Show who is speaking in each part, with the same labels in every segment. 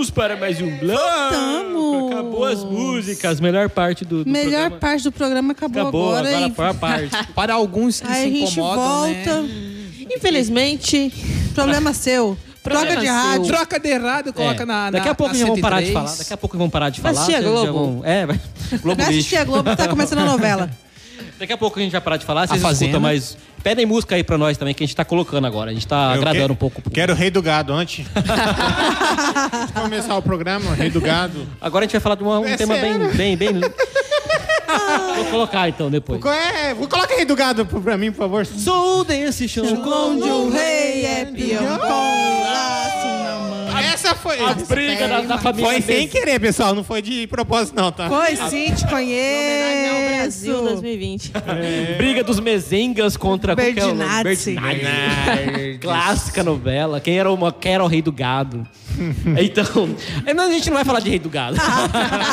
Speaker 1: Ah, para mais um bloco.
Speaker 2: Voltamos.
Speaker 1: Acabou as músicas, melhor parte do, do
Speaker 2: Melhor
Speaker 1: programa.
Speaker 2: parte do programa acabou,
Speaker 1: Acabou,
Speaker 2: agora.
Speaker 1: agora
Speaker 2: e-
Speaker 1: foi a parte.
Speaker 3: Para alguns que
Speaker 2: Aí a
Speaker 3: se
Speaker 2: gente
Speaker 3: incomodam,
Speaker 2: volta.
Speaker 3: né?
Speaker 4: Infelizmente,
Speaker 2: Problema seu.
Speaker 4: Problema
Speaker 2: Troca de
Speaker 4: seu.
Speaker 2: rádio.
Speaker 3: Troca de errado e coloca
Speaker 1: É.
Speaker 3: na, na
Speaker 1: Daqui a pouco
Speaker 3: na
Speaker 1: já vão parar de
Speaker 3: 103.
Speaker 1: falar. Daqui a pouco vão parar de
Speaker 4: Vai
Speaker 1: falar.
Speaker 4: assistir a
Speaker 1: já
Speaker 4: Globo?
Speaker 1: vão- É, vai. Globo
Speaker 2: Vai
Speaker 1: lixo.
Speaker 2: assistir a Globo, tá começando a novela.
Speaker 1: Daqui a pouco a gente vai parar de falar, vocês
Speaker 3: Fazenda.
Speaker 1: escutam, mas pedem música aí pra nós também, que a gente tá colocando agora. A gente tá
Speaker 5: Eu
Speaker 1: agradando
Speaker 5: que-
Speaker 1: um pouco. o público.
Speaker 5: Quero o rei do gado antes. Antes de começar o programa, o rei do gado.
Speaker 1: Agora a gente vai falar de uma- um
Speaker 5: É
Speaker 1: tema bem,
Speaker 5: sério?
Speaker 1: bem, bem... Vou colocar então depois.
Speaker 5: Qual é? Coloca o rei do gado pra mim, por favor.
Speaker 1: Sou desse chão
Speaker 2: Onde o rei é peão com laço na mão.
Speaker 5: Essa foi.
Speaker 1: A briga da, da família.
Speaker 5: Foi sem
Speaker 1: mesmo.
Speaker 5: querer, pessoal. Não foi de propósito, não, tá?
Speaker 2: Pois sim, te
Speaker 4: homenagem ao Brasil
Speaker 2: conheço.
Speaker 4: 2020.
Speaker 1: Briga dos mezengas contra
Speaker 2: Berdinazzi.
Speaker 1: Berdinazzi. Clássica novela. Quem era, uma, quem era o rei do gado? então, é, não, a gente não vai falar de rei do gado.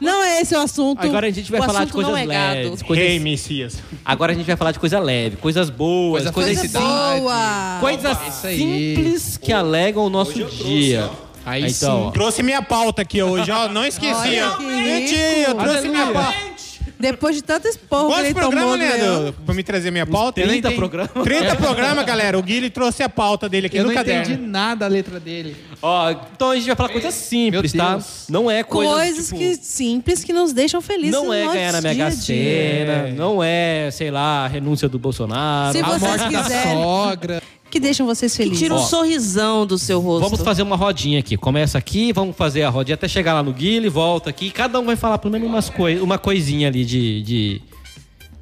Speaker 2: Não é esse o assunto.
Speaker 1: Agora a gente vai
Speaker 4: O
Speaker 1: falar de
Speaker 4: assunto não
Speaker 1: coisas
Speaker 4: é gado.
Speaker 1: leves. coisas-
Speaker 5: Rei Messias.
Speaker 1: Agora a gente vai falar de coisa leve, coisas boas,
Speaker 3: Coisa
Speaker 1: coisas,
Speaker 2: coisa
Speaker 3: felicidade.
Speaker 2: boa.
Speaker 1: coisas
Speaker 3: isso aí.
Speaker 1: simples que alegam o nosso dia.
Speaker 3: Aí
Speaker 1: então,
Speaker 5: Trouxe minha pauta aqui hoje, ó. Não esqueci,
Speaker 2: Olha
Speaker 5: ó.
Speaker 2: que
Speaker 5: Gente,
Speaker 2: rico.
Speaker 5: eu trouxe minha pauta.
Speaker 2: Depois de tanto esporro que
Speaker 5: Quantos
Speaker 2: ele tomou, né?
Speaker 5: programas,
Speaker 2: Leandro.
Speaker 5: Leandro? Pra me trazer minha pauta?
Speaker 1: 30
Speaker 5: programas.
Speaker 1: programas.
Speaker 5: 30 programas, galera. O Guilherme trouxe a pauta dele aqui
Speaker 3: Eu
Speaker 5: no
Speaker 3: não
Speaker 5: caderno.
Speaker 3: entendi nada a letra dele.
Speaker 1: Ó, então a gente vai falar coisas simples,
Speaker 3: Meu
Speaker 1: tá?
Speaker 3: Deus.
Speaker 1: Não é coisas,
Speaker 2: Coisas
Speaker 1: tipo,
Speaker 2: que, simples que nos deixam felizes
Speaker 1: Não
Speaker 2: no
Speaker 1: é
Speaker 2: nosso
Speaker 1: ganhar na Mega
Speaker 2: dia a dia.
Speaker 1: Sena, não é, sei lá, a renúncia do Bolsonaro.
Speaker 2: Se
Speaker 1: Ah,
Speaker 3: A
Speaker 2: Vocês
Speaker 3: morte da
Speaker 2: quiserem.
Speaker 3: sogra.
Speaker 2: Que deixam vocês
Speaker 4: Que
Speaker 2: felizes.
Speaker 4: tira um
Speaker 1: Ó.
Speaker 4: sorrisão do seu rosto.
Speaker 1: Vamos fazer uma rodinha aqui. Começa aqui, vamos fazer a rodinha até chegar lá no Guile, volta aqui. Cada um vai falar pelo menos umas coi uma coisinha ali de, de,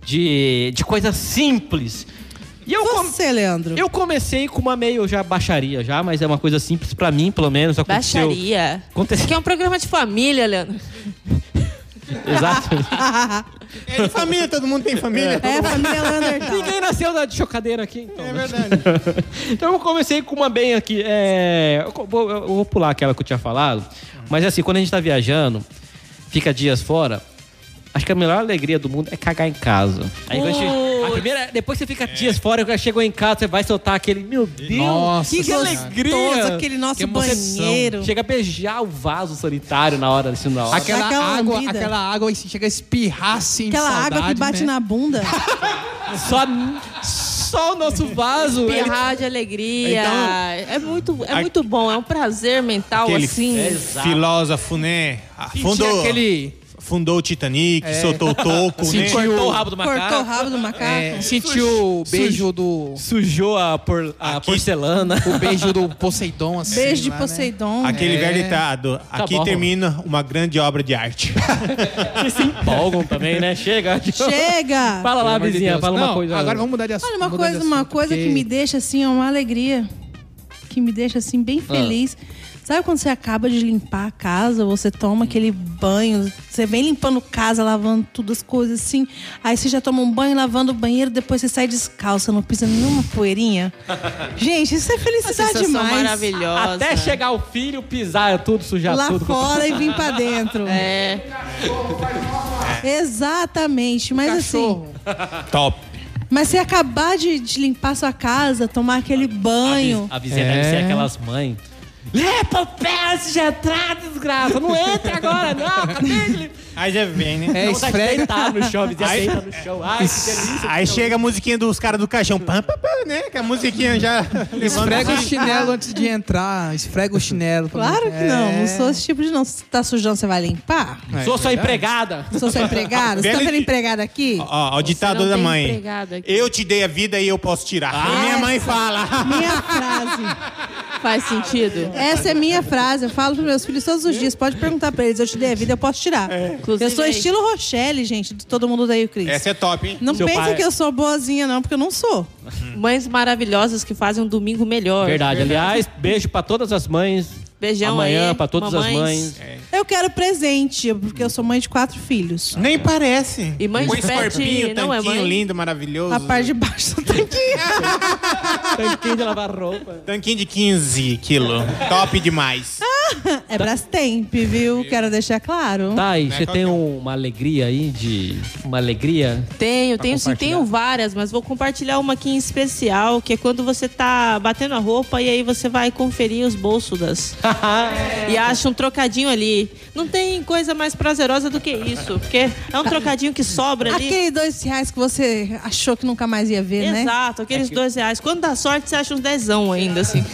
Speaker 1: de, de coisa simples. E eu, com-
Speaker 2: Você, Leandro.
Speaker 1: eu comecei com uma meio já baixaria já, mas é uma coisa simples pra mim, pelo menos. Aconteceu.
Speaker 4: Baixaria.
Speaker 1: Aconteceu.
Speaker 4: Que é um programa de família, Leandro.
Speaker 1: Exato.
Speaker 5: É de família, todo mundo tem família.
Speaker 2: É, família Leandro. então.
Speaker 1: Ninguém nasceu da de chocadeira aqui, então.
Speaker 5: É
Speaker 1: né?
Speaker 5: verdade.
Speaker 1: Então eu comecei com uma bem aqui. É, eu, co- vou, eu vou pular aquela que eu tinha falado. Mas assim, quando a gente tá viajando, fica dias fora. Acho que a melhor alegria do mundo é cagar em casa. Aí quando chega- a primeira, depois que você
Speaker 3: É.
Speaker 1: fica dias fora, quando chegou em casa, você vai soltar aquele. Meu Deus!
Speaker 3: Nossa
Speaker 1: que
Speaker 3: Senhora.
Speaker 1: alegria!
Speaker 2: aquele nosso
Speaker 3: Que emoção.
Speaker 2: banheiro.
Speaker 1: Chega a beijar o vaso sanitário na hora, assim, na hora.
Speaker 3: Aquela,
Speaker 2: Aquela
Speaker 3: água,
Speaker 2: lambida.
Speaker 3: aquela água que chega a espirrar assim de
Speaker 2: Aquela
Speaker 3: saudade,
Speaker 2: água que bate
Speaker 3: né?
Speaker 2: na bunda.
Speaker 1: Só, só o nosso vaso. ele-
Speaker 4: Pirrar de alegria. é muito, é
Speaker 5: A-
Speaker 4: muito bom. É um prazer mental,
Speaker 5: Aquele
Speaker 4: assim.
Speaker 1: É Exato.
Speaker 5: filósofo, né? Fundou,
Speaker 3: Sentir aquele...
Speaker 5: fundou o Titanic, soltou o toco, né?
Speaker 3: Sentiu-
Speaker 1: Cortou o rabo do
Speaker 2: Cortou o
Speaker 1: macaco.
Speaker 2: rabo do macaco.
Speaker 3: É, sentiu o beijo do...
Speaker 1: Sujou a, por- a
Speaker 5: Aqui-
Speaker 1: porcelana.
Speaker 3: O beijo do Poseidon, assim.
Speaker 2: Beijo de
Speaker 3: lá, né?
Speaker 2: Poseidon.
Speaker 5: Aquele
Speaker 3: É.
Speaker 5: velho ditado. Aqui
Speaker 1: bom.
Speaker 5: termina uma grande obra de arte.
Speaker 1: Vocês se empolgam também, né? Chega.
Speaker 2: Chega!
Speaker 1: Fala
Speaker 3: Pelo
Speaker 1: lá,
Speaker 3: amor de
Speaker 1: vizinha,
Speaker 3: Deus.
Speaker 1: fala uma
Speaker 3: Não,
Speaker 1: coisa.
Speaker 3: Agora vamos mudar de assunto.
Speaker 2: Olha, uma
Speaker 3: mudar de
Speaker 2: coisa, uma
Speaker 3: assunto,
Speaker 2: coisa que
Speaker 3: porque-
Speaker 2: me deixa assim, uma alegria. Que me deixa assim, bem
Speaker 3: Ah.
Speaker 2: feliz. Sabe quando você acaba de limpar a casa, você toma aquele banho, você vem limpando casa, lavando tudo as coisas assim. Aí você já toma um banho lavando o banheiro, depois você sai descalça, não pisa nenhuma poeirinha. Gente, isso é felicidade
Speaker 4: Sensação
Speaker 2: demais.
Speaker 4: maravilhosa.
Speaker 1: Até chegar o filho, pisar tudo, sujar
Speaker 2: Lá
Speaker 1: tudo.
Speaker 2: fora e vim pra dentro. É.
Speaker 4: É.
Speaker 2: Exatamente. Mas assim.
Speaker 3: Cachorro.
Speaker 5: Top.
Speaker 2: Mas você acabar de, de limpar sua casa, tomar aquele banho.
Speaker 1: A vizinha deve ser
Speaker 3: É.
Speaker 1: aquelas mães. Lepa o pé, se já entrar, desgraça. Não entra agora, não. Acabei de limpar.
Speaker 5: Aí já vem, né?
Speaker 2: tá
Speaker 3: É,
Speaker 1: Vontade de
Speaker 3: esfrega.
Speaker 1: deitar tá no chão, a vizinha
Speaker 5: Aí-
Speaker 1: deita no chão. Ai, que delícia.
Speaker 5: Aí chega a musiquinha dos caras do caixão. Pam, pam, pam, né? Que a musiquinha já
Speaker 3: Esfrega o
Speaker 5: levanta.
Speaker 3: chinelo antes de entrar. Esfrega o chinelo.
Speaker 2: Claro que não,
Speaker 3: É.
Speaker 2: não sou esse tipo de não. Se tá sujão, você vai limpar?
Speaker 1: Sou sua empregada.
Speaker 2: Sou sua empregada? Você tá
Speaker 5: Belo
Speaker 2: sendo
Speaker 5: dia.
Speaker 2: empregada aqui?
Speaker 5: Ó, ó, o ditador
Speaker 4: não
Speaker 5: da
Speaker 4: tem
Speaker 5: mãe.
Speaker 4: empregado aqui.
Speaker 5: Eu te dei a vida e eu posso tirar. Aí minha mãe fala.
Speaker 2: Minha frase.
Speaker 4: Faz sentido.
Speaker 2: Essa é minha frase. Eu falo pros meus filhos todos os dias. Pode perguntar pra eles. Eu te dei a vida, eu posso tirar. Eu sou
Speaker 4: Inclusive- é
Speaker 2: estilo Rochelle, gente. do Todo mundo daí o Cris.
Speaker 5: Essa é top, hein?
Speaker 2: Não
Speaker 1: Seu
Speaker 2: pensem
Speaker 1: pai-
Speaker 2: que eu sou boazinha, não, porque eu não sou.
Speaker 4: Mães maravilhosas que fazem um domingo melhor.
Speaker 1: Uhum. Verdade. Aliás, beijo pra todas as mães.
Speaker 4: Beijão
Speaker 1: Amanhã,
Speaker 4: aí,
Speaker 1: pra todas as
Speaker 4: mamães.
Speaker 1: mães.
Speaker 2: Eu quero presente, porque eu sou mãe de quatro filhos.
Speaker 5: Nem parece.
Speaker 4: E mãe
Speaker 5: um
Speaker 4: de pet
Speaker 5: escorpinho,
Speaker 4: não é
Speaker 5: tanquinho
Speaker 4: mãe?
Speaker 5: lindo, maravilhoso.
Speaker 2: A parte de baixo tá aqui.
Speaker 3: É.
Speaker 1: Tanquinho de lavar roupa.
Speaker 5: Tanquinho de 15 quilos. Top demais.
Speaker 2: É Brastemp, viu? Quero deixar claro.
Speaker 4: Tá
Speaker 1: Thay,
Speaker 3: Né,
Speaker 1: você
Speaker 5: qualquer
Speaker 1: tem
Speaker 3: é?
Speaker 1: uma alegria aí de. Uma alegria?
Speaker 4: Tenho, tenho sim,
Speaker 1: compartilhar?
Speaker 4: tenho várias, mas vou compartilhar uma aqui em especial, que é quando você tá batendo a roupa e aí você vai conferir os bolsos das. E acha um trocadinho ali. Não tem coisa mais prazerosa do que isso, porque é um trocadinho que sobra ali.
Speaker 2: Aquele dois reais que você achou que nunca mais ia ver, né?
Speaker 4: Exato, aqueles dois reais. Quando dá sorte, você acha uns dezão ainda, assim.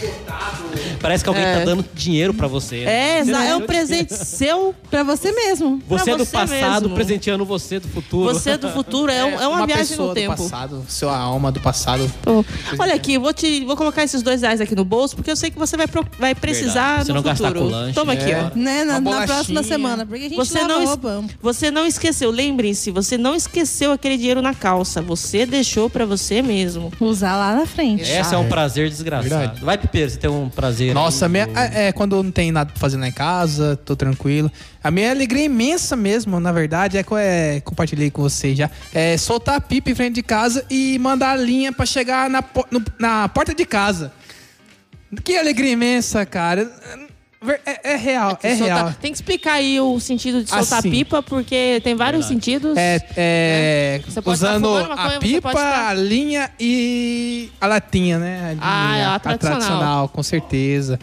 Speaker 1: Parece que alguém
Speaker 4: É.
Speaker 1: tá dando dinheiro pra você. né?
Speaker 4: É, exa- é um presente seu.
Speaker 2: Pra você mesmo.
Speaker 1: Você
Speaker 4: pra
Speaker 1: é do
Speaker 4: você
Speaker 1: passado,
Speaker 4: mesmo.
Speaker 1: presenteando você do futuro.
Speaker 4: Você do futuro é, um- é uma, viagem
Speaker 3: pessoa
Speaker 4: no tempo.
Speaker 3: do passado, sua alma do passado.
Speaker 4: Pô, Olha aqui, vou te vou colocar esses dois reais aqui no bolso, porque eu sei que você vai, pro- vai precisar
Speaker 1: Verdade, você
Speaker 4: no
Speaker 1: não gastar
Speaker 4: futuro.
Speaker 1: com lanche,
Speaker 4: Toma
Speaker 1: é.
Speaker 4: aqui, ó.
Speaker 2: Né? Na,
Speaker 3: Uma
Speaker 2: na próxima
Speaker 3: bolachinha.
Speaker 2: semana. Porque a gente
Speaker 4: Você não,
Speaker 2: lava
Speaker 4: es-
Speaker 2: roupa.
Speaker 4: você não esqueceu, lembrem-se, você não esqueceu aquele dinheiro na calça. Você deixou pra você mesmo.
Speaker 2: Usar lá na frente.
Speaker 1: Essa é um prazer desgraçado.
Speaker 3: Verdade.
Speaker 1: Vai, Pipeiro, você tem um prazer.
Speaker 3: Nossa, a
Speaker 1: aí,
Speaker 3: minha,
Speaker 1: do-
Speaker 3: é, é, quando não tem nada pra fazer lá em casa, tô tranquilo. A minha alegria é imensa mesmo, na verdade, é que eu é, compartilhei com vocês já. É soltar a pipa em frente de casa e mandar a linha pra chegar na, po- no- na porta de casa. Que alegria imensa, cara. Ver- É, é real, é,
Speaker 4: Soltar-
Speaker 3: real.
Speaker 4: Tem que explicar aí o sentido de soltar
Speaker 3: Assim.
Speaker 4: pipa, porque tem vários sentidos.
Speaker 3: É, é,
Speaker 4: Você pode
Speaker 3: usando
Speaker 4: tá fumando maconha,
Speaker 3: a
Speaker 4: você pode
Speaker 3: pipa,
Speaker 4: tá-
Speaker 3: a linha e a latinha, né?
Speaker 4: Ah,
Speaker 3: linha,
Speaker 4: a tradicional.
Speaker 3: com certeza.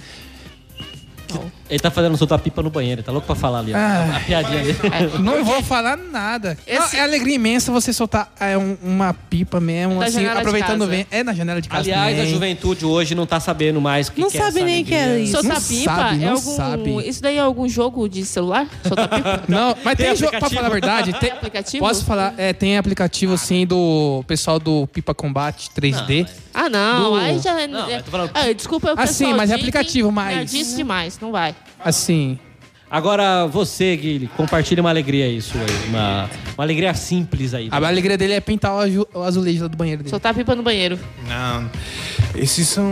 Speaker 1: Ele tá fazendo soltar pipa no banheiro, ele tá louco pra falar ali. ó.
Speaker 3: Ah.
Speaker 1: A piadinha ali.
Speaker 4: É.
Speaker 3: Não vou falar nada.
Speaker 4: Esse-
Speaker 3: Não, é alegria imensa você soltar é, um- uma pipa mesmo,
Speaker 4: Da
Speaker 3: assim,
Speaker 4: janela de
Speaker 3: aproveitando o
Speaker 4: casa.
Speaker 3: vento. É na janela de casa
Speaker 1: Aliás, a
Speaker 3: também.
Speaker 1: juventude hoje não tá sabendo mais o que
Speaker 2: Não
Speaker 1: que é
Speaker 2: sabe
Speaker 1: essa
Speaker 2: nem o que é
Speaker 1: alegria.
Speaker 2: isso.
Speaker 4: Soltar
Speaker 3: não
Speaker 4: pipa
Speaker 3: sabe,
Speaker 4: é
Speaker 3: não
Speaker 4: algum.
Speaker 3: sabe.
Speaker 4: Isso daí é algum jogo de celular? Soltar pipa?
Speaker 3: Não, mas
Speaker 1: Tem
Speaker 3: tem, jogo, pra
Speaker 1: aplicativo?
Speaker 3: falar a verdade, tem,
Speaker 4: aplicativo?
Speaker 3: posso falar, é, tem aplicativo, assim, do pessoal do Pipa Combate 3D.
Speaker 4: Ah, não.
Speaker 3: Do-
Speaker 4: Aí já.
Speaker 1: Não, mas tô falando-
Speaker 4: Ah, desculpa, eu
Speaker 3: Ah, sim, mas é aplicativo, mas-
Speaker 4: disse demais, não vai.
Speaker 3: Assim,
Speaker 1: Agora, você, Guilherme, compartilha uma alegria aí sua. aí, Uma, uma alegria simples aí.
Speaker 3: a alegria dele é pintar o aju- o azulejo lá do banheiro dele.
Speaker 4: Soltar pipa no banheiro.
Speaker 5: Não. Esses são.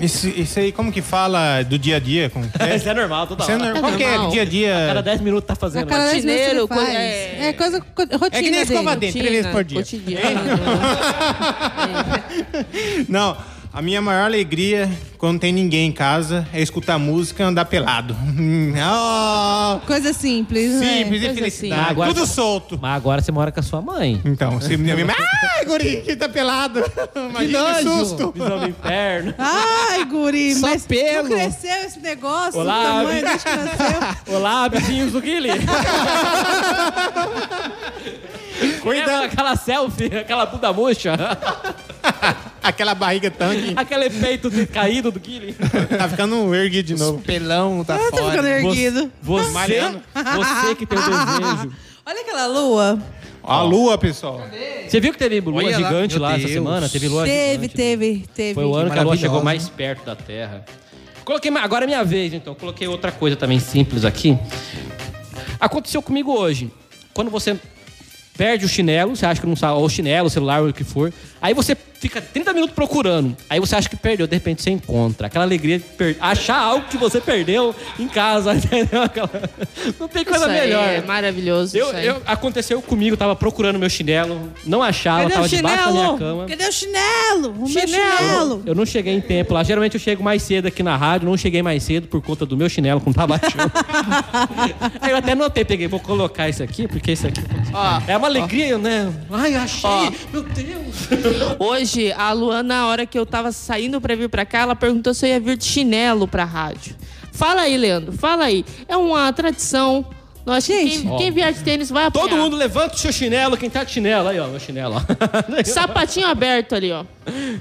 Speaker 5: Esse, esse aí, como que fala do dia a dia? Como que é?
Speaker 1: Isso é normal, toda
Speaker 5: Você
Speaker 1: hora.
Speaker 5: não- como que é do dia a
Speaker 1: Cada
Speaker 5: dia?
Speaker 1: 10 minutos tá
Speaker 2: A
Speaker 1: fazendo.
Speaker 2: cada
Speaker 1: né?
Speaker 2: vez que
Speaker 4: Rotineiro,
Speaker 2: ele faz.
Speaker 4: coisa-
Speaker 2: É coisa co- rotina
Speaker 5: É que nem escova
Speaker 2: dele.
Speaker 5: dente. Tem três por dia.
Speaker 4: Cotidiano.
Speaker 5: Não. A minha maior alegria quando tem ninguém em casa é escutar música e andar pelado. Hum, ah,
Speaker 2: Coisa simples, né?
Speaker 5: simples e
Speaker 4: Coisa
Speaker 5: felicidade.
Speaker 1: assim. Agora-
Speaker 5: Tudo solto.
Speaker 1: Mas agora você mora com a sua mãe.
Speaker 5: Então, você me lembra. Ai, guri, que tá pelado. Imagina que
Speaker 3: nojo.
Speaker 5: susto.
Speaker 1: Visão do inferno.
Speaker 2: Ai, guri,
Speaker 3: Só
Speaker 2: mas
Speaker 3: pelo.
Speaker 2: não cresceu esse negócio?
Speaker 1: Olá,
Speaker 2: o tamanho
Speaker 1: amigo.
Speaker 2: desde que nasceu?
Speaker 1: Olá, amiguinhos do Guilherme. Cuidado.
Speaker 5: Cuidado.
Speaker 1: Aquela selfie, aquela bunda murcha,
Speaker 5: Aquela barriga tanque
Speaker 1: aquele peito caído do Guilherme.
Speaker 5: tá ficando erguido de novo.
Speaker 3: Pelão tá
Speaker 2: Eu tô ficando
Speaker 3: fora.
Speaker 2: erguido.
Speaker 1: Você,
Speaker 5: Mariana.
Speaker 1: você que tem o desejo.
Speaker 2: Olha aquela lua.
Speaker 5: A lua, pessoal.
Speaker 1: Você viu que teve lua
Speaker 3: Olha lá,
Speaker 1: gigante
Speaker 3: meu
Speaker 1: lá, essa
Speaker 3: Deus.
Speaker 1: semana? Teve lua
Speaker 2: Teve,
Speaker 1: gigante. né?
Speaker 2: teve, teve.
Speaker 1: Foi o ano que a lua
Speaker 3: maravilhosa.
Speaker 1: chegou mais perto da Terra. Coloquei ma- agora é minha vez, então. Coloquei outra coisa também simples aqui. Aconteceu comigo hoje. Quando você perde o chinelo, você acha que não sabe, ou o chinelo, o celular, ou o que for. Aí você fica 30 minutos procurando. Aí você acha que perdeu, de repente você encontra. Aquela alegria de per- achar algo que você perdeu em casa, entendeu? Aquela- Não tem coisa
Speaker 4: Isso aí
Speaker 1: melhor.
Speaker 4: É maravilhoso.
Speaker 1: Eu,
Speaker 4: isso aí.
Speaker 1: eu- aconteceu comigo, eu tava procurando meu chinelo, não achava,
Speaker 2: Cadê
Speaker 1: tava
Speaker 2: o
Speaker 1: debaixo da minha
Speaker 2: chinelo?
Speaker 1: cama.
Speaker 2: Cadê o chinelo? O meu
Speaker 1: Eu,
Speaker 2: chinelo.
Speaker 1: eu não cheguei em tempo lá. Geralmente eu chego mais cedo aqui na rádio, não cheguei mais cedo por conta do meu chinelo com tabaixo. Aí eu até notei, peguei, vou colocar isso aqui, porque isso aqui. é uma alegria, né? Ai, achei!
Speaker 4: Ó.
Speaker 1: Meu Deus!
Speaker 4: Hoje, a Luana, na hora que eu tava saindo pra vir pra cá, ela perguntou se eu ia vir de chinelo pra rádio. Fala aí, Leandro, fala aí. É uma tradição. Nós,
Speaker 2: Gente.
Speaker 4: quem, quem vier de tênis vai apanhar.
Speaker 1: Todo mundo levanta o seu chinelo, quem tá de chinelo. Aí, ó, meu chinelo. ó.
Speaker 4: Sapatinho aberto ali, ó.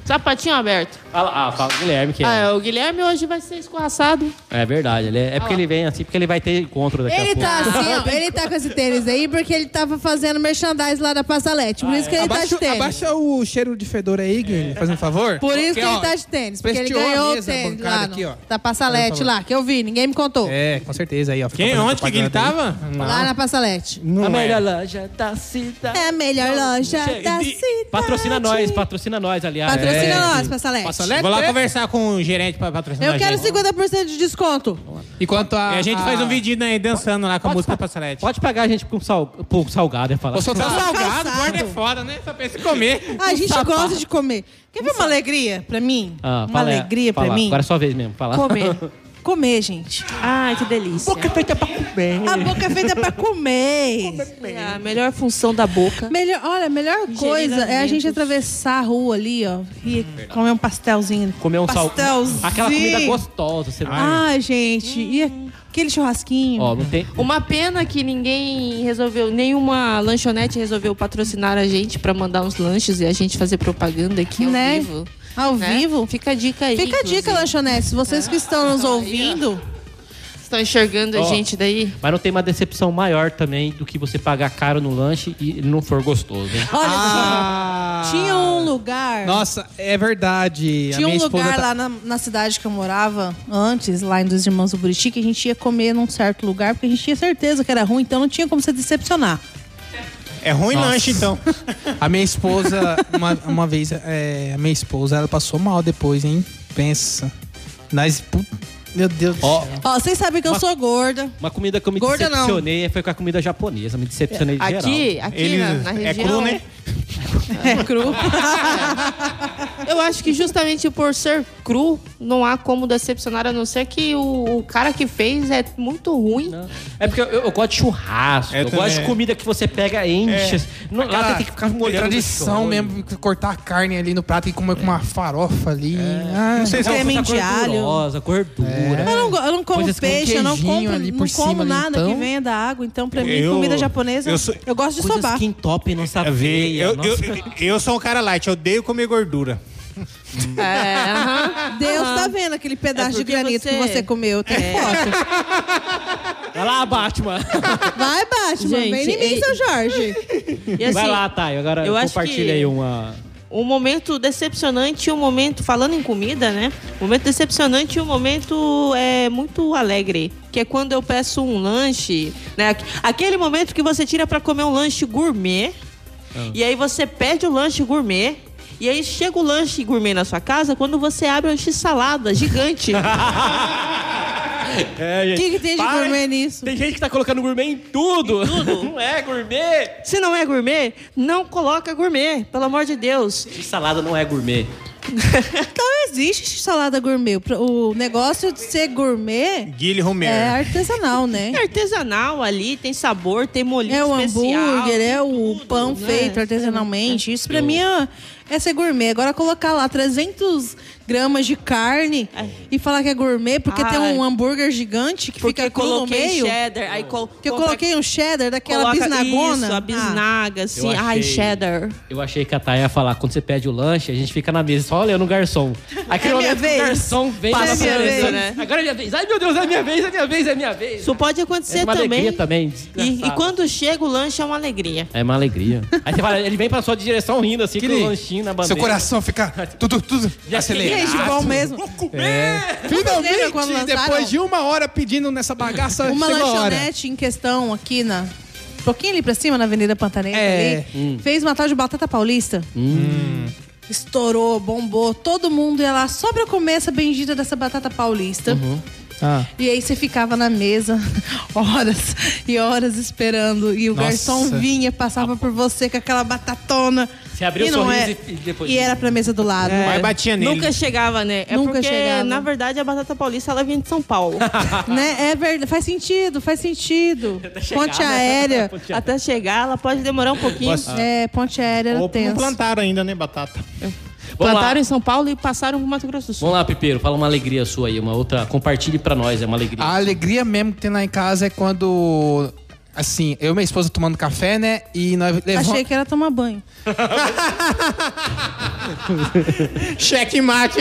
Speaker 4: Sapatinho aberto.
Speaker 1: Ah, lá, ah, fala, Guilherme, que é.
Speaker 4: Ah, o Guilherme hoje vai ser escorraçado.
Speaker 1: É verdade. Ele é, é porque ele vem assim, porque ele vai ter encontro daqui a
Speaker 2: Ah. Ele
Speaker 1: pouco.
Speaker 2: tá assim, ó, ele tá com esse tênis aí porque ele tava fazendo merchandise lá da Passalete. Por isso que ele tá de
Speaker 3: Abaixa,
Speaker 2: tênis.
Speaker 3: abaixa o cheiro de fedor aí, Guilherme,
Speaker 4: É.
Speaker 3: fazendo favor.
Speaker 2: Por isso que
Speaker 3: Porque,
Speaker 2: ele
Speaker 3: ó,
Speaker 2: tá de tênis. Porque ele
Speaker 3: prestigiou a
Speaker 2: ganhou o
Speaker 3: mesa, a
Speaker 2: tênis
Speaker 3: bancada
Speaker 2: lá no-
Speaker 3: aqui, ó.
Speaker 2: da Passalete lá, que eu vi, ninguém me contou.
Speaker 3: É, com certeza aí, ó. fica
Speaker 5: Quem?
Speaker 3: fazendo
Speaker 5: Onde que ele
Speaker 3: propaganda
Speaker 5: tava?
Speaker 2: Lá na Passalete.
Speaker 1: A
Speaker 5: Não é.
Speaker 1: melhor loja da cidade.
Speaker 2: É a melhor loja
Speaker 1: Che-
Speaker 2: da
Speaker 1: e-
Speaker 2: cidade.
Speaker 1: Patrocina nós, patrocina nós, aliás.
Speaker 2: Patrocina
Speaker 1: É.
Speaker 2: nós, Passalete.
Speaker 3: Passalete?
Speaker 5: Vou lá
Speaker 3: Letra.
Speaker 5: conversar com o gerente pra patrocinar
Speaker 2: Eu quero
Speaker 5: a gente.
Speaker 2: 50% de desconto.
Speaker 3: aí. E quanto a...
Speaker 5: E a gente faz um
Speaker 3: vídeo.
Speaker 5: vídeo aí dançando lá com a
Speaker 1: Pode
Speaker 5: música
Speaker 1: pa-
Speaker 5: Passalete.
Speaker 1: Pode pagar a gente por, sal, por salgado, ia falar.
Speaker 3: Vou soltar
Speaker 2: Fala,
Speaker 5: Salgado,
Speaker 2: calçado.
Speaker 5: gordo é foda, né? Só pensa em comer.
Speaker 2: A gente
Speaker 1: sapato.
Speaker 2: gosta de comer. Quer ver uma alegria pra mim?
Speaker 1: Ah,
Speaker 2: uma
Speaker 1: fala aí,
Speaker 2: alegria pra
Speaker 1: fala.
Speaker 2: mim?
Speaker 1: Agora é sua vez mesmo, fala.
Speaker 2: Comer. comer, gente.
Speaker 4: Ai, que delícia.
Speaker 1: feita pra comer.
Speaker 2: A boca é feita pra comer.
Speaker 4: É a melhor função da boca.
Speaker 2: Melhor, olha, a melhor coisa é a gente
Speaker 4: alimentos.
Speaker 2: atravessar a rua ali, ó, e comer um pastelzinho.
Speaker 1: Comer um sal...
Speaker 2: pastelzinho.
Speaker 1: Aquela comida gostosa. Você não...
Speaker 2: Ai, gente,
Speaker 4: Hum.
Speaker 2: e aquele churrasquinho?
Speaker 1: Ó, não tem...
Speaker 4: Uma pena que ninguém resolveu, nenhuma lanchonete resolveu patrocinar a gente pra mandar uns lanches e a gente fazer propaganda aqui ao
Speaker 2: Né?
Speaker 4: vivo.
Speaker 2: Ao
Speaker 4: né?
Speaker 2: vivo?
Speaker 4: Fica a dica aí.
Speaker 2: Fica a dica,
Speaker 4: inclusive. Ah,
Speaker 2: lanchonetes. Vocês que estão nos ouvindo,
Speaker 4: Estão enxergando a
Speaker 1: Ó.
Speaker 4: gente daí?
Speaker 1: Mas não tem uma decepção maior também do que você pagar caro no lanche e ele não for gostoso, hein?
Speaker 2: olha
Speaker 3: Ah.
Speaker 2: só. Tinha um lugar.
Speaker 3: Nossa, é verdade.
Speaker 2: Tinha
Speaker 3: a
Speaker 2: um
Speaker 3: minha esposa
Speaker 2: lugar
Speaker 3: tá-
Speaker 2: lá na, na cidade que eu morava antes, lá em Dos Irmãos do Buriti, que a gente ia comer num certo lugar, porque a gente tinha certeza que era ruim, então não tinha como se decepcionar.
Speaker 5: É ruim
Speaker 3: Nossa.
Speaker 5: lanche, então.
Speaker 3: A minha esposa, uma, uma vez, é, a minha esposa, ela passou mal depois, hein? Pensa. Nós. pu- Meu Deus do
Speaker 1: Ó,
Speaker 3: céu.
Speaker 2: Ó, vocês sabem que eu sou gorda.
Speaker 1: Uma comida que eu me
Speaker 2: Gorda não.
Speaker 1: decepcionei foi com a comida japonesa. Me decepcionei é geral.
Speaker 4: Aqui, aqui
Speaker 5: Ele
Speaker 4: na, na
Speaker 5: é
Speaker 4: região.
Speaker 5: cru, né?
Speaker 2: É cru.
Speaker 4: Eu acho que justamente por ser cru, não há como decepcionar, a não ser que o, o cara que fez é muito ruim.
Speaker 1: Não. É porque eu, eu gosto de churrasco.
Speaker 5: É,
Speaker 1: eu gosto de
Speaker 5: também. É.
Speaker 1: comida que você pega, enche. Não, lá tem que ficar molhando.
Speaker 3: tradição
Speaker 1: no shoyu.
Speaker 3: mesmo, que cortar a carne ali no prato e comer com uma farofa ali. Ah,
Speaker 5: Não sei se é
Speaker 2: Creme de alho.
Speaker 1: Gordurosa, gordura.
Speaker 2: Eu não, go- eu não como
Speaker 1: Coisas com
Speaker 2: peixe, eu não
Speaker 3: queijinho
Speaker 2: compro,
Speaker 3: ali
Speaker 2: não
Speaker 3: por
Speaker 2: como
Speaker 3: cima ali,
Speaker 2: nada que
Speaker 3: então.
Speaker 2: venha da água. Então, pra mim,
Speaker 5: Eu-
Speaker 2: comida japonesa, eu,
Speaker 5: eu sou-
Speaker 2: gosto de
Speaker 1: Coisas
Speaker 2: sobar.
Speaker 1: que entopem nossa
Speaker 5: Eu,
Speaker 1: veia.
Speaker 5: É, eu,
Speaker 1: nossa.
Speaker 5: eu sou um cara light, eu odeio comer gordura.
Speaker 4: É, aham.
Speaker 2: Deus
Speaker 4: Aham.
Speaker 2: tá vendo aquele pedaço
Speaker 4: É
Speaker 2: de
Speaker 4: porque
Speaker 2: granito que
Speaker 4: você-
Speaker 2: você comeu. Tem foto.
Speaker 1: Vai lá, Batman.
Speaker 2: Vai, Batman.
Speaker 4: Gente,
Speaker 2: vem em mim,
Speaker 4: e-
Speaker 2: seu Jorge.
Speaker 4: E assim,
Speaker 1: Vai lá, Thay. Agora
Speaker 4: eu acho
Speaker 1: compartilha
Speaker 4: que-
Speaker 1: aí uma...
Speaker 4: um momento decepcionante e um momento, falando em comida, né? Um momento decepcionante e um momento é, muito alegre. Que é quando eu peço um lanche, né? Aqu- Aquele momento que você tira pra comer um lanche gourmet. E aí você pede o lanche gourmet. E aí chega o lanche gourmet na sua casa quando você abre um x-salada gigante.
Speaker 1: É,
Speaker 2: O que, que tem de
Speaker 1: Para-
Speaker 2: gourmet nisso?
Speaker 1: Tem gente que tá colocando gourmet em tudo. Não é gourmet.
Speaker 4: Se não é gourmet, não coloca gourmet, pelo amor de Deus.
Speaker 1: E salada não é gourmet.
Speaker 2: Então existe salada gourmet. O negócio de ser gourmet
Speaker 5: Guilherme Romero.
Speaker 2: é artesanal, né?
Speaker 4: É artesanal ali, tem sabor, tem molhinho
Speaker 2: É o
Speaker 4: especial.
Speaker 2: hambúrguer,
Speaker 4: tem
Speaker 2: é o
Speaker 4: tudo,
Speaker 2: pão
Speaker 4: né?
Speaker 2: feito artesanalmente. Isso pra mim é, é ser gourmet. Agora colocar lá 300 gramas de carne e falar que é gourmet porque
Speaker 4: Ai.
Speaker 2: tem um hambúrguer gigante que
Speaker 4: Ah, é. Porque
Speaker 2: fica cru no
Speaker 4: coloquei
Speaker 2: meio.
Speaker 4: cheddar, aí col
Speaker 2: Que eu
Speaker 4: compra-
Speaker 2: coloquei um cheddar daquela
Speaker 4: coloca-
Speaker 2: bisnagona. Ah.
Speaker 4: Isso, a bisnaga, assim.
Speaker 1: Eu
Speaker 4: Ai,
Speaker 1: achei-
Speaker 4: cheddar.
Speaker 1: Eu achei que a Thay ia falar, quando você pede o lanche, a gente fica na mesa só olhando o garçom. Aquele
Speaker 2: É minha
Speaker 1: momento que
Speaker 2: vez.
Speaker 1: o garçom vem
Speaker 4: Passa
Speaker 1: na
Speaker 4: a
Speaker 1: mesa,
Speaker 4: vez, né?
Speaker 1: Agora é minha vez. Ai, meu Deus, é minha vez, é minha vez, é minha vez.
Speaker 4: Isso pode
Speaker 1: é
Speaker 4: acontecer
Speaker 1: uma
Speaker 4: também.
Speaker 1: alegria também.
Speaker 4: E, e
Speaker 1: desgraçado.
Speaker 4: quando chega o lanche é uma alegria.
Speaker 1: É uma alegria. Aí você fala, ele vem pra sua direção rindo, assim, com
Speaker 3: Aquele-
Speaker 1: o lanchinho na bandeira.
Speaker 3: seu coração fica tudo, tudo
Speaker 1: E aquele-
Speaker 2: Ah,
Speaker 3: acelerado.
Speaker 2: gente, bom mesmo. Lembra quando
Speaker 3: Finalmente,
Speaker 2: lançaram?
Speaker 3: depois de uma hora pedindo nessa bagaça,
Speaker 2: Uma
Speaker 3: chegou a hora.
Speaker 2: lanchonete em questão aqui na. Um pouquinho ali pra cima, na Avenida Pantanal,
Speaker 3: É.
Speaker 2: fez uma tal de batata paulista. Estourou, bombou, todo mundo ia lá só pra comer essa bendita dessa batata paulista.
Speaker 3: Ah.
Speaker 2: E aí você ficava na mesa horas e horas esperando. E o
Speaker 3: Nossa.
Speaker 2: garçom vinha, passava por você com aquela batatona.
Speaker 1: Você abriu
Speaker 2: e
Speaker 1: o
Speaker 2: não
Speaker 1: sorriso
Speaker 2: é-
Speaker 1: e- e depois-
Speaker 2: E era pra mesa do lado.
Speaker 1: É.
Speaker 2: né?
Speaker 5: Mas batia nele.
Speaker 4: É. Nunca chegava, né? É
Speaker 2: Nunca
Speaker 4: porque,
Speaker 2: chegava.
Speaker 4: na verdade, a batata paulista, ela vem de São Paulo.
Speaker 2: Né? É verdade. Faz sentido, faz sentido. Ponte
Speaker 1: né?
Speaker 2: aérea.
Speaker 4: Até chegar, ela pode demorar um pouquinho.
Speaker 2: É, ponte aérea era
Speaker 5: Ou um não
Speaker 2: tenso.
Speaker 5: plantaram ainda, né, batata?
Speaker 1: Vamos lá.
Speaker 4: Plantaram em São Paulo e passaram pro Mato Grosso do Sul.
Speaker 1: Vamos lá, Pipeiro, fala uma alegria sua aí, uma outra. Compartilhe pra nós, é uma alegria.
Speaker 2: Ah.
Speaker 3: A alegria mesmo que tem lá em casa é quando. Assim, eu e minha esposa tomando café, né? E nós levamos.
Speaker 2: Achei que era tomar banho.
Speaker 5: Cheque mate.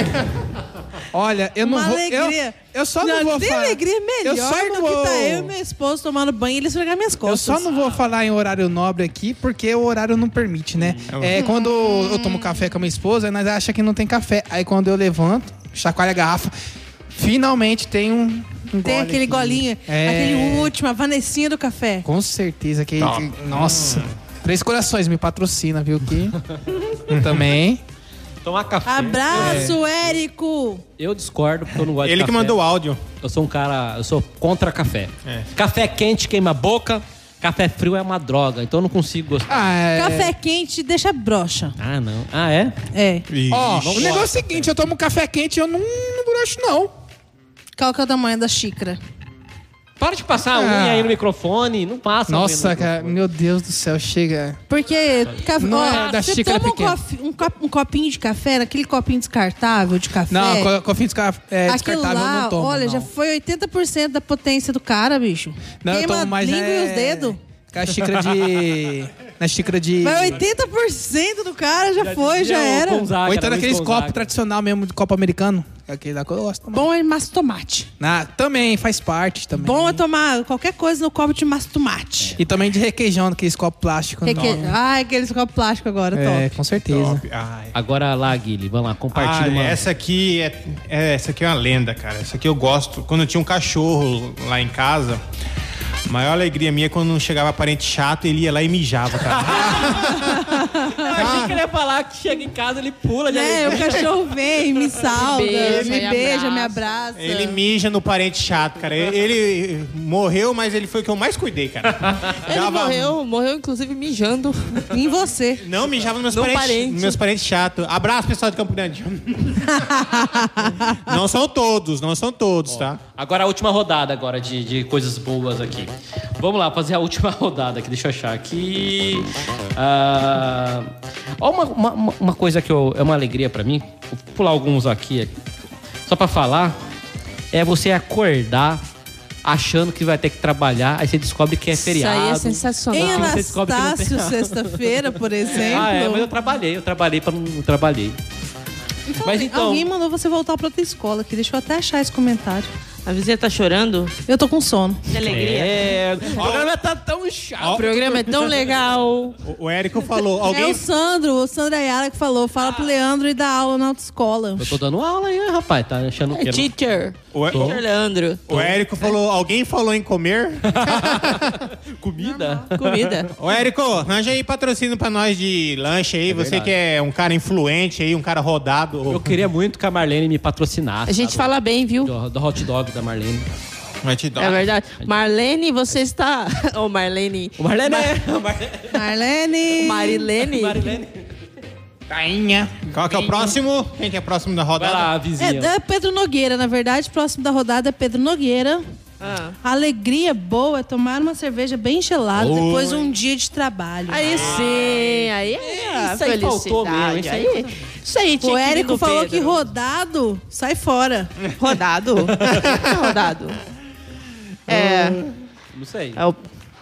Speaker 3: Olha, eu não
Speaker 2: Uma
Speaker 3: vou.
Speaker 2: alegria.
Speaker 3: Eu, eu só não, vou
Speaker 2: tem
Speaker 3: falar.
Speaker 2: alegria melhor
Speaker 3: eu só
Speaker 2: do
Speaker 3: não
Speaker 2: que
Speaker 3: vou...
Speaker 2: tá eu e meu esposo tomando banho e ele esfregar minhas
Speaker 3: Eu
Speaker 2: costas.
Speaker 3: só não vou falar em horário nobre aqui, porque o horário não permite, né? É, quando eu
Speaker 2: Hum.
Speaker 3: tomo café com a minha esposa, nós acha que não tem café. Aí quando eu levanto, chacoalho a garrafa, finalmente tem um, um
Speaker 2: Tem
Speaker 3: gole
Speaker 2: aquele
Speaker 3: aqui.
Speaker 2: golinho,
Speaker 3: É.
Speaker 2: aquele último, a vanessinha do café.
Speaker 3: Com certeza que... que- nossa. Três Corações me patrocina, viu? Que... Também.
Speaker 1: Tomar café.
Speaker 2: Abraço,
Speaker 3: É.
Speaker 2: Érico!
Speaker 1: Eu discordo, porque eu não gosto de
Speaker 5: Ele que
Speaker 1: café.
Speaker 5: mandou o áudio.
Speaker 1: Eu sou um cara, eu sou contra café.
Speaker 5: É.
Speaker 1: Café quente queima a boca, café frio é uma droga, então eu não consigo gostar.
Speaker 3: Ah, é...
Speaker 2: Café quente deixa broxa.
Speaker 1: Ah, não. Ah, é?
Speaker 2: É.
Speaker 5: Ih.
Speaker 3: Ó, o
Speaker 1: Vambora.
Speaker 3: negócio é o seguinte, eu tomo café quente e eu não, não broxo, não.
Speaker 2: Qual que é o tamanho da xícara?
Speaker 1: Para de passar a unha aí no microfone. Não passa a unha no
Speaker 3: Ah. Nossa,
Speaker 2: um
Speaker 3: cara,
Speaker 1: microfone.
Speaker 3: meu Deus do céu, chega.
Speaker 2: Porque café,
Speaker 3: Não é
Speaker 2: ó,
Speaker 3: da
Speaker 2: você
Speaker 3: xícara
Speaker 2: toma um,
Speaker 3: pequena.
Speaker 2: cof- um copo- um copinho de café, aquele copinho descartável de café.
Speaker 3: Não, co- cofins ca- é,
Speaker 2: Aquilo
Speaker 3: descartável eu
Speaker 2: lá,
Speaker 3: não tomo,
Speaker 2: olha,
Speaker 3: não.
Speaker 2: já foi 80% da potência do cara, bicho.
Speaker 3: Não, eu
Speaker 2: Queima
Speaker 3: tomo
Speaker 2: a
Speaker 3: mais
Speaker 2: língua
Speaker 3: é,
Speaker 2: e os dedos.
Speaker 3: Com a xícara de... Na xícara de... então
Speaker 2: Mas é 80% do cara já, foi, já
Speaker 1: Dizia é o
Speaker 2: era.
Speaker 1: Gonzaga,
Speaker 3: Ou então
Speaker 1: era
Speaker 3: naqueles
Speaker 1: Luiz Gonzaga.
Speaker 3: copos tradicional mesmo, de copo americano. Aquele lá que eu gosto. também.
Speaker 2: Bom é massa tomate.
Speaker 3: Ah, também, faz parte também.
Speaker 2: Bom é tomar qualquer coisa no copo de massa tomate.
Speaker 3: E também de requeijão, aqueles copos plásticos.
Speaker 2: Que
Speaker 3: não.
Speaker 2: que... Ah, aqueles copos plásticos agora,
Speaker 3: É,
Speaker 2: top.
Speaker 3: com certeza.
Speaker 5: Top. Ai.
Speaker 1: Agora lá, Guilherme, vamos lá, compartilha
Speaker 5: Ah,
Speaker 1: uma.
Speaker 5: essa aqui é, é- essa aqui é uma lenda, cara. Essa aqui eu gosto. Quando eu tinha um cachorro lá em casa, a maior alegria minha é quando chegava parente chato, ele ia lá e mijava, cara.
Speaker 1: Eu
Speaker 5: Ah.
Speaker 1: achei que ele ia falar que chega em casa, ele pula de
Speaker 2: Né? O cachorro vem, me salva, me beija,
Speaker 4: beija,
Speaker 2: me,
Speaker 4: me abraça.
Speaker 2: abraça.
Speaker 5: ele mija no parente chato, cara. Ele, ele morreu, mas ele foi o que eu mais cuidei, cara.
Speaker 4: Ele morreu, morreu inclusive mijando.
Speaker 2: Em você.
Speaker 5: Não, mijava nos meus
Speaker 4: No
Speaker 5: parentes,
Speaker 4: parente.
Speaker 5: nos meus parentes chato. Abraço, pessoal de Campo Grande. não são todos, não são todos, tá?
Speaker 1: Agora a última rodada agora de, de coisas boas aqui. Vamos lá, fazer a última rodada aqui. Deixa eu achar aqui. Ah, ó, uma, uma- uma, uma coisa que eu- é uma alegria pra mim. Vou pular alguns aqui. é, Só pra falar. É você acordar achando que vai ter que trabalhar. Aí você descobre que é feriado.
Speaker 4: Isso aí é sensacional.
Speaker 2: Em
Speaker 1: você descobre que não tem
Speaker 2: Anastácio,
Speaker 1: nada.
Speaker 2: sexta-feira, por exemplo.
Speaker 1: Ah, é, mas eu trabalhei. Eu trabalhei pra não... não trabalhei.
Speaker 2: Então,
Speaker 1: Mas então-
Speaker 2: Alguém mandou você voltar pra outra escola aqui. Deixa eu até achar esse comentário.
Speaker 4: A vizinha tá chorando?
Speaker 2: Eu tô com sono.
Speaker 4: De alegria.
Speaker 1: É... O programa tá tão chato.
Speaker 4: O programa é tão legal.
Speaker 5: O- O Érico falou,
Speaker 2: É
Speaker 5: alguém...
Speaker 2: o Sandro, o Sandro Ayala que falou. Fala pro Leandro e dá aula na autoescola.
Speaker 1: Eu Ah. tô dando aula aí, rapaz. Tá achando que...
Speaker 4: É teacher.
Speaker 5: O,
Speaker 4: Teacher Leandro.
Speaker 5: o Érico falou, alguém falou em comer?
Speaker 1: Comida?
Speaker 4: Comida.
Speaker 5: Ô, Érico, arranja aí patrocínio pra nós de lanche aí. Você que é um cara influente aí, um cara rodado.
Speaker 1: Eu queria muito que a Marlene me patrocinasse.
Speaker 4: A gente fala bem, viu?
Speaker 1: Do, do hot dog da Marlene.
Speaker 5: Vai te dar.
Speaker 4: É verdade. Marlene, você está. Ô, Marlene.
Speaker 1: O Marlene
Speaker 3: né?
Speaker 1: é. Marlene.
Speaker 2: Marlene!
Speaker 4: Marilene.
Speaker 1: Marlene.
Speaker 5: Tainha. Qual que é o próximo? Quem que é próximo da
Speaker 1: Vai
Speaker 5: rodada?
Speaker 1: lá,
Speaker 2: É,
Speaker 1: vizinha.
Speaker 2: é Pedro Nogueira, na verdade. Próximo da rodada é Pedro Nogueira.
Speaker 4: Ah.
Speaker 2: Alegria boa é tomar uma cerveja bem gelada
Speaker 5: Oi.
Speaker 2: depois de um dia de trabalho.
Speaker 4: Aí sim, aí é
Speaker 1: Isso aí faltou mesmo,
Speaker 4: felicidade.
Speaker 1: isso aí
Speaker 4: Aí, isso aí tinha
Speaker 2: o
Speaker 4: que vir
Speaker 2: Érico
Speaker 4: do
Speaker 2: falou
Speaker 4: Pedro.
Speaker 2: que rodado, sai fora.
Speaker 4: rodado. rodado. É,
Speaker 1: Não sei.
Speaker 4: é o-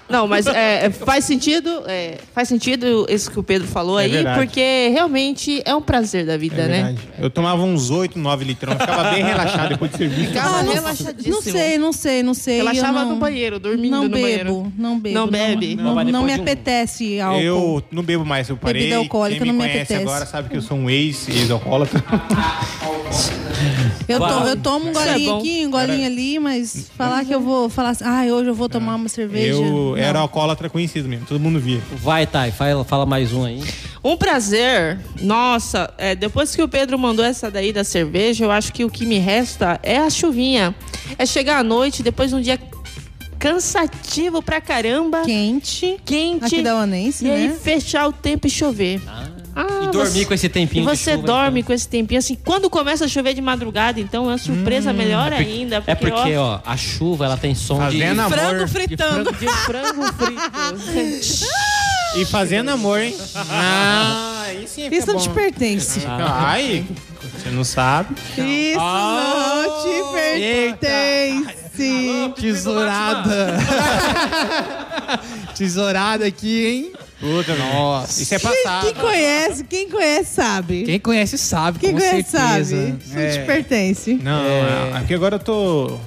Speaker 4: Não, mas é, é, faz sentido, é, faz sentido isso que o Pedro falou
Speaker 5: É
Speaker 4: aí,
Speaker 5: verdade.
Speaker 4: porque realmente é um prazer da vida,
Speaker 5: É
Speaker 4: né?
Speaker 5: verdade. Eu tomava uns 8, 9 litrão. Ficava bem relaxado depois de serviço.
Speaker 4: Ficava
Speaker 2: Ah, não,
Speaker 4: relaxadíssimo.
Speaker 2: não sei, não sei, não sei.
Speaker 4: Relaxava
Speaker 2: eu não-
Speaker 4: no banheiro, dormindo
Speaker 2: não
Speaker 4: no
Speaker 2: bebo,
Speaker 4: banheiro.
Speaker 2: Não bebo,
Speaker 4: Não bebe?
Speaker 2: Não,
Speaker 1: Mas
Speaker 2: não me
Speaker 1: depois de um-
Speaker 2: apetece álcool.
Speaker 5: Eu não bebo mais, eu parei.
Speaker 2: Bebida alcoólica
Speaker 5: Quem me
Speaker 2: não me
Speaker 5: conhece
Speaker 2: apetece.
Speaker 5: agora sabe que eu sou um ex, ex-alcoólatra.
Speaker 2: Eu,
Speaker 1: Vai.
Speaker 2: to- eu tomo um
Speaker 4: Isso é
Speaker 2: golinho
Speaker 4: bom.
Speaker 2: aqui, um golinho ali, mas falar que eu vou falar assim, ah, hoje eu vou tomar uma cerveja.
Speaker 5: Eu
Speaker 2: Não.
Speaker 5: era alcoólatra conhecido mesmo, todo mundo via.
Speaker 1: Vai, Thay, fala, fala mais um aí.
Speaker 4: Um prazer, nossa, é, depois que o Pedro mandou essa daí da cerveja, eu acho que o que me resta é a chuvinha. É chegar à noite, depois de um dia cansativo pra caramba,
Speaker 2: quente.
Speaker 4: quente,
Speaker 2: Aqui da Onense,
Speaker 4: e aí
Speaker 2: né?
Speaker 4: fechar o tempo e chover. Ah,
Speaker 1: e dormir com esse tempinho
Speaker 4: E
Speaker 1: de
Speaker 4: você
Speaker 1: chuva, então.
Speaker 4: dorme com esse tempinho, assim, quando começa a chover de madrugada, então é uma surpresa
Speaker 2: Hum.
Speaker 4: melhor ainda.
Speaker 1: É porque, ó, a chuva ela tem som de.
Speaker 5: Fazendo amor.
Speaker 2: Frango
Speaker 1: de frango,
Speaker 2: fritando.
Speaker 1: de frango frito.
Speaker 5: E fazendo amor, hein? Ah, aí sim fica
Speaker 2: Isso não
Speaker 5: bom.
Speaker 2: te pertence.
Speaker 5: Ai, você não sabe.
Speaker 2: Isso
Speaker 5: Ah.
Speaker 2: não te pertence.
Speaker 3: Tesourada. Tesourada aqui, hein?
Speaker 5: Puta, nossa. Isso é passado.
Speaker 2: Quem conhece, quem conhece sabe.
Speaker 3: Quem conhece sabe,
Speaker 2: Quem
Speaker 3: com
Speaker 2: conhece
Speaker 3: certeza.
Speaker 2: sabe. Isso não te
Speaker 3: É.
Speaker 2: pertence.
Speaker 5: Não,
Speaker 3: É.
Speaker 5: é... aqui agora eu tô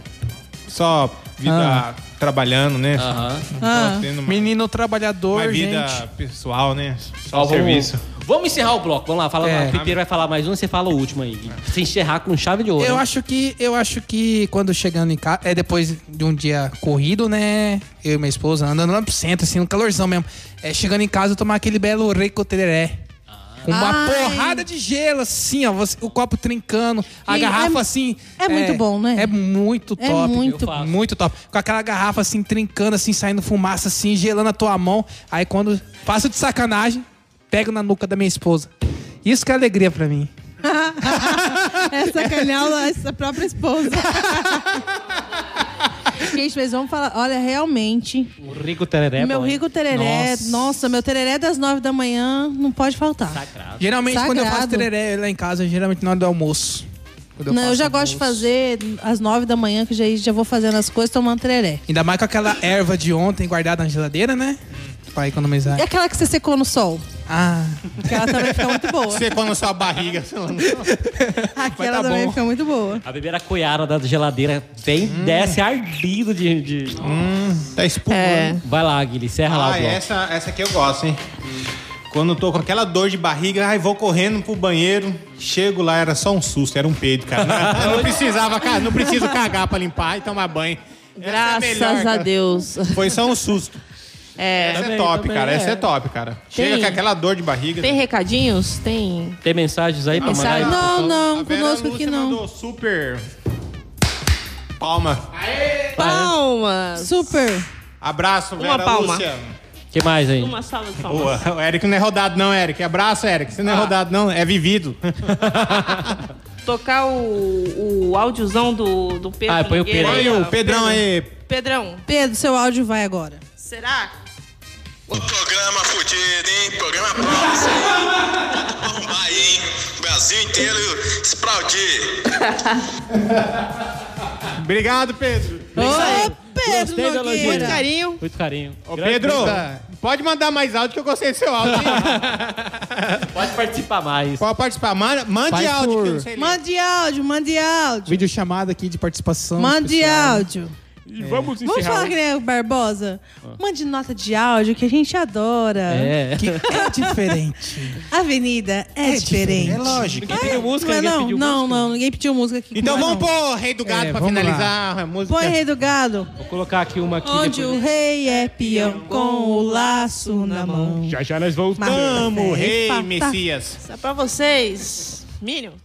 Speaker 5: só vida
Speaker 3: Ah.
Speaker 5: trabalhando, né?
Speaker 1: Aham.
Speaker 2: Ah.
Speaker 5: Tô tendo uma,
Speaker 3: Menino trabalhador,
Speaker 5: uma vida
Speaker 3: gente.
Speaker 5: pessoal, né? Só
Speaker 1: Ó,
Speaker 5: serviço.
Speaker 1: Vamos, vamos encerrar o bloco. Vamos lá, fala
Speaker 3: É.
Speaker 1: lá. O Pipeiro vai falar mais um, você fala o último aí. Se encerrar com chave de ouro.
Speaker 3: Eu
Speaker 1: hein?
Speaker 3: acho que eu acho que quando chegando em casa, é depois de um dia corrido, né? Eu e minha esposa andando lá pro centro assim, um calorzão mesmo. É chegando em casa tomar aquele belo recoteré. Com uma
Speaker 2: Ai.
Speaker 3: porrada de gelo, assim, ó. você- o copo trincando, a
Speaker 2: E
Speaker 3: garrafa
Speaker 2: é-
Speaker 3: assim.
Speaker 2: é muito bom, né?
Speaker 3: É muito
Speaker 2: É
Speaker 3: top. viu?
Speaker 2: muito
Speaker 1: Eu faço.
Speaker 3: Muito top. Com aquela garrafa assim, trincando, assim, saindo fumaça, assim, gelando a tua mão. Aí quando faço de sacanagem, pego na nuca da minha esposa. Isso que é alegria pra mim.
Speaker 2: É sacanear a sua própria esposa. Gente, mas vamos falar. Olha, realmente,
Speaker 1: O rico tereré.
Speaker 2: meu
Speaker 1: É bom, hein?
Speaker 2: rico tereré.
Speaker 3: Nossa.
Speaker 2: Nossa. meu tereré é das nove da manhã não pode faltar.
Speaker 1: Sacrado.
Speaker 3: Geralmente, quando eu faço
Speaker 2: Sagrado.
Speaker 3: tereré lá em casa, geralmente na hora do almoço. Quando
Speaker 2: não, eu
Speaker 3: faço
Speaker 2: já gosto de
Speaker 3: almoço.
Speaker 2: fazer às nove da manhã, que já, já vou fazendo as coisas tomando tereré.
Speaker 3: Ainda mais com aquela erva de ontem guardada na geladeira, né? Pra economizar.
Speaker 2: E É aquela que você secou no sol?
Speaker 3: Ah,
Speaker 2: Que ela também fica muito boa.
Speaker 5: Você quando sua barriga. sei lá.
Speaker 2: Aquela
Speaker 3: tá
Speaker 2: também
Speaker 3: bom.
Speaker 2: fica muito boa.
Speaker 1: A bebeira coiara da geladeira vem, desce ardido de. de-
Speaker 5: Tá espumando.
Speaker 4: É.
Speaker 1: Vai lá, Guilherme, serra lá o
Speaker 5: Ah,
Speaker 1: bloco.
Speaker 5: essa, essa aqui eu gosto, hein? Quando eu tô com aquela dor de barriga, ai, vou correndo pro banheiro. Chego lá, era só um susto, era um peido, cara. Não- Eu não precisava, cara, não preciso cagar pra limpar e tomar banho. Essa é a
Speaker 4: Graças
Speaker 5: melhor,
Speaker 4: a
Speaker 5: cara.
Speaker 4: Deus.
Speaker 5: Foi só um susto.
Speaker 4: É.
Speaker 5: essa
Speaker 1: também,
Speaker 5: é top,
Speaker 1: também
Speaker 5: cara.
Speaker 1: é.
Speaker 5: Essa é top, cara.
Speaker 4: Tem-
Speaker 5: Chega com aquela dor de barriga.
Speaker 4: Tem recadinhos? Tem.
Speaker 1: Tem mensagens aí pra mandar?
Speaker 4: mensagem?
Speaker 1: aí?
Speaker 2: Não,
Speaker 5: A
Speaker 2: não,
Speaker 5: Vera
Speaker 2: conosco
Speaker 5: Lúcia
Speaker 2: aqui não.
Speaker 5: mandou super. Palma.
Speaker 1: Ah, é.
Speaker 4: Palmas.
Speaker 2: Super.
Speaker 5: Abraço, Vera
Speaker 4: Uma palma.
Speaker 5: Lúcia.
Speaker 1: que mais aí?
Speaker 4: Uma salva de palmas.
Speaker 5: Boa. O Eric não é rodado, não, Eric. Abraço, Eric. Você não é rodado, não. É vivido.
Speaker 4: Tocar o, o áudiozão do, do Pedro.
Speaker 1: Ah, põe o
Speaker 4: Nogueira
Speaker 1: Pedro.
Speaker 4: aí,
Speaker 5: Olha
Speaker 4: ó.
Speaker 5: o Pedrão aí.
Speaker 4: Pedrão,
Speaker 2: Pedro, seu áudio vai agora.
Speaker 4: será?
Speaker 6: Ô, Um programa fudido, hein? Programa bom, isso aí. Vamos bombar aí, hein? Brasil inteiro explodir.
Speaker 5: Obrigado, Pedro.
Speaker 2: Ô, Pedro
Speaker 1: Gostei da elogio.
Speaker 2: Nogueira.
Speaker 4: Carinho.
Speaker 1: Muito carinho.
Speaker 5: Ô,
Speaker 1: Grande
Speaker 5: Pedro,
Speaker 1: coisa.
Speaker 5: pode mandar mais áudio que eu gostei do seu áudio. hein?
Speaker 1: Pode participar mais.
Speaker 5: pode participar. Manda, mande
Speaker 3: Faz
Speaker 5: áudio,
Speaker 3: por-
Speaker 5: que eu não sei ler.
Speaker 2: Mande áudio, mande áudio.
Speaker 3: vídeo chamada aqui de participação.
Speaker 2: Mande
Speaker 3: especial.
Speaker 2: áudio.
Speaker 1: vamos
Speaker 2: Vamos falar que nem o Barbosa? Mande nota de áudio que a gente adora.
Speaker 1: É.
Speaker 3: Que é diferente.
Speaker 2: Avenida é, diferente.
Speaker 3: É lógico.
Speaker 1: Ninguém pediu música,
Speaker 2: Mas
Speaker 1: ninguém
Speaker 2: não,
Speaker 1: pediu
Speaker 2: não,
Speaker 1: música.
Speaker 2: não, ninguém pediu música aqui.
Speaker 5: Então
Speaker 2: Não.
Speaker 5: vamos É. pôr Rei do Gado
Speaker 3: É,
Speaker 5: pra
Speaker 3: vamos lá.
Speaker 5: finalizar a música.
Speaker 2: Põe Rei do Gado.
Speaker 1: Vou colocar aqui uma aqui.
Speaker 2: Onde
Speaker 1: depois.
Speaker 2: o rei é peão com o laço na mão.
Speaker 5: Já já nós voltamos,
Speaker 2: Mas-
Speaker 5: Rei
Speaker 2: Epa, tá.
Speaker 5: Messias.
Speaker 4: Isso é pra vocês. Mínio.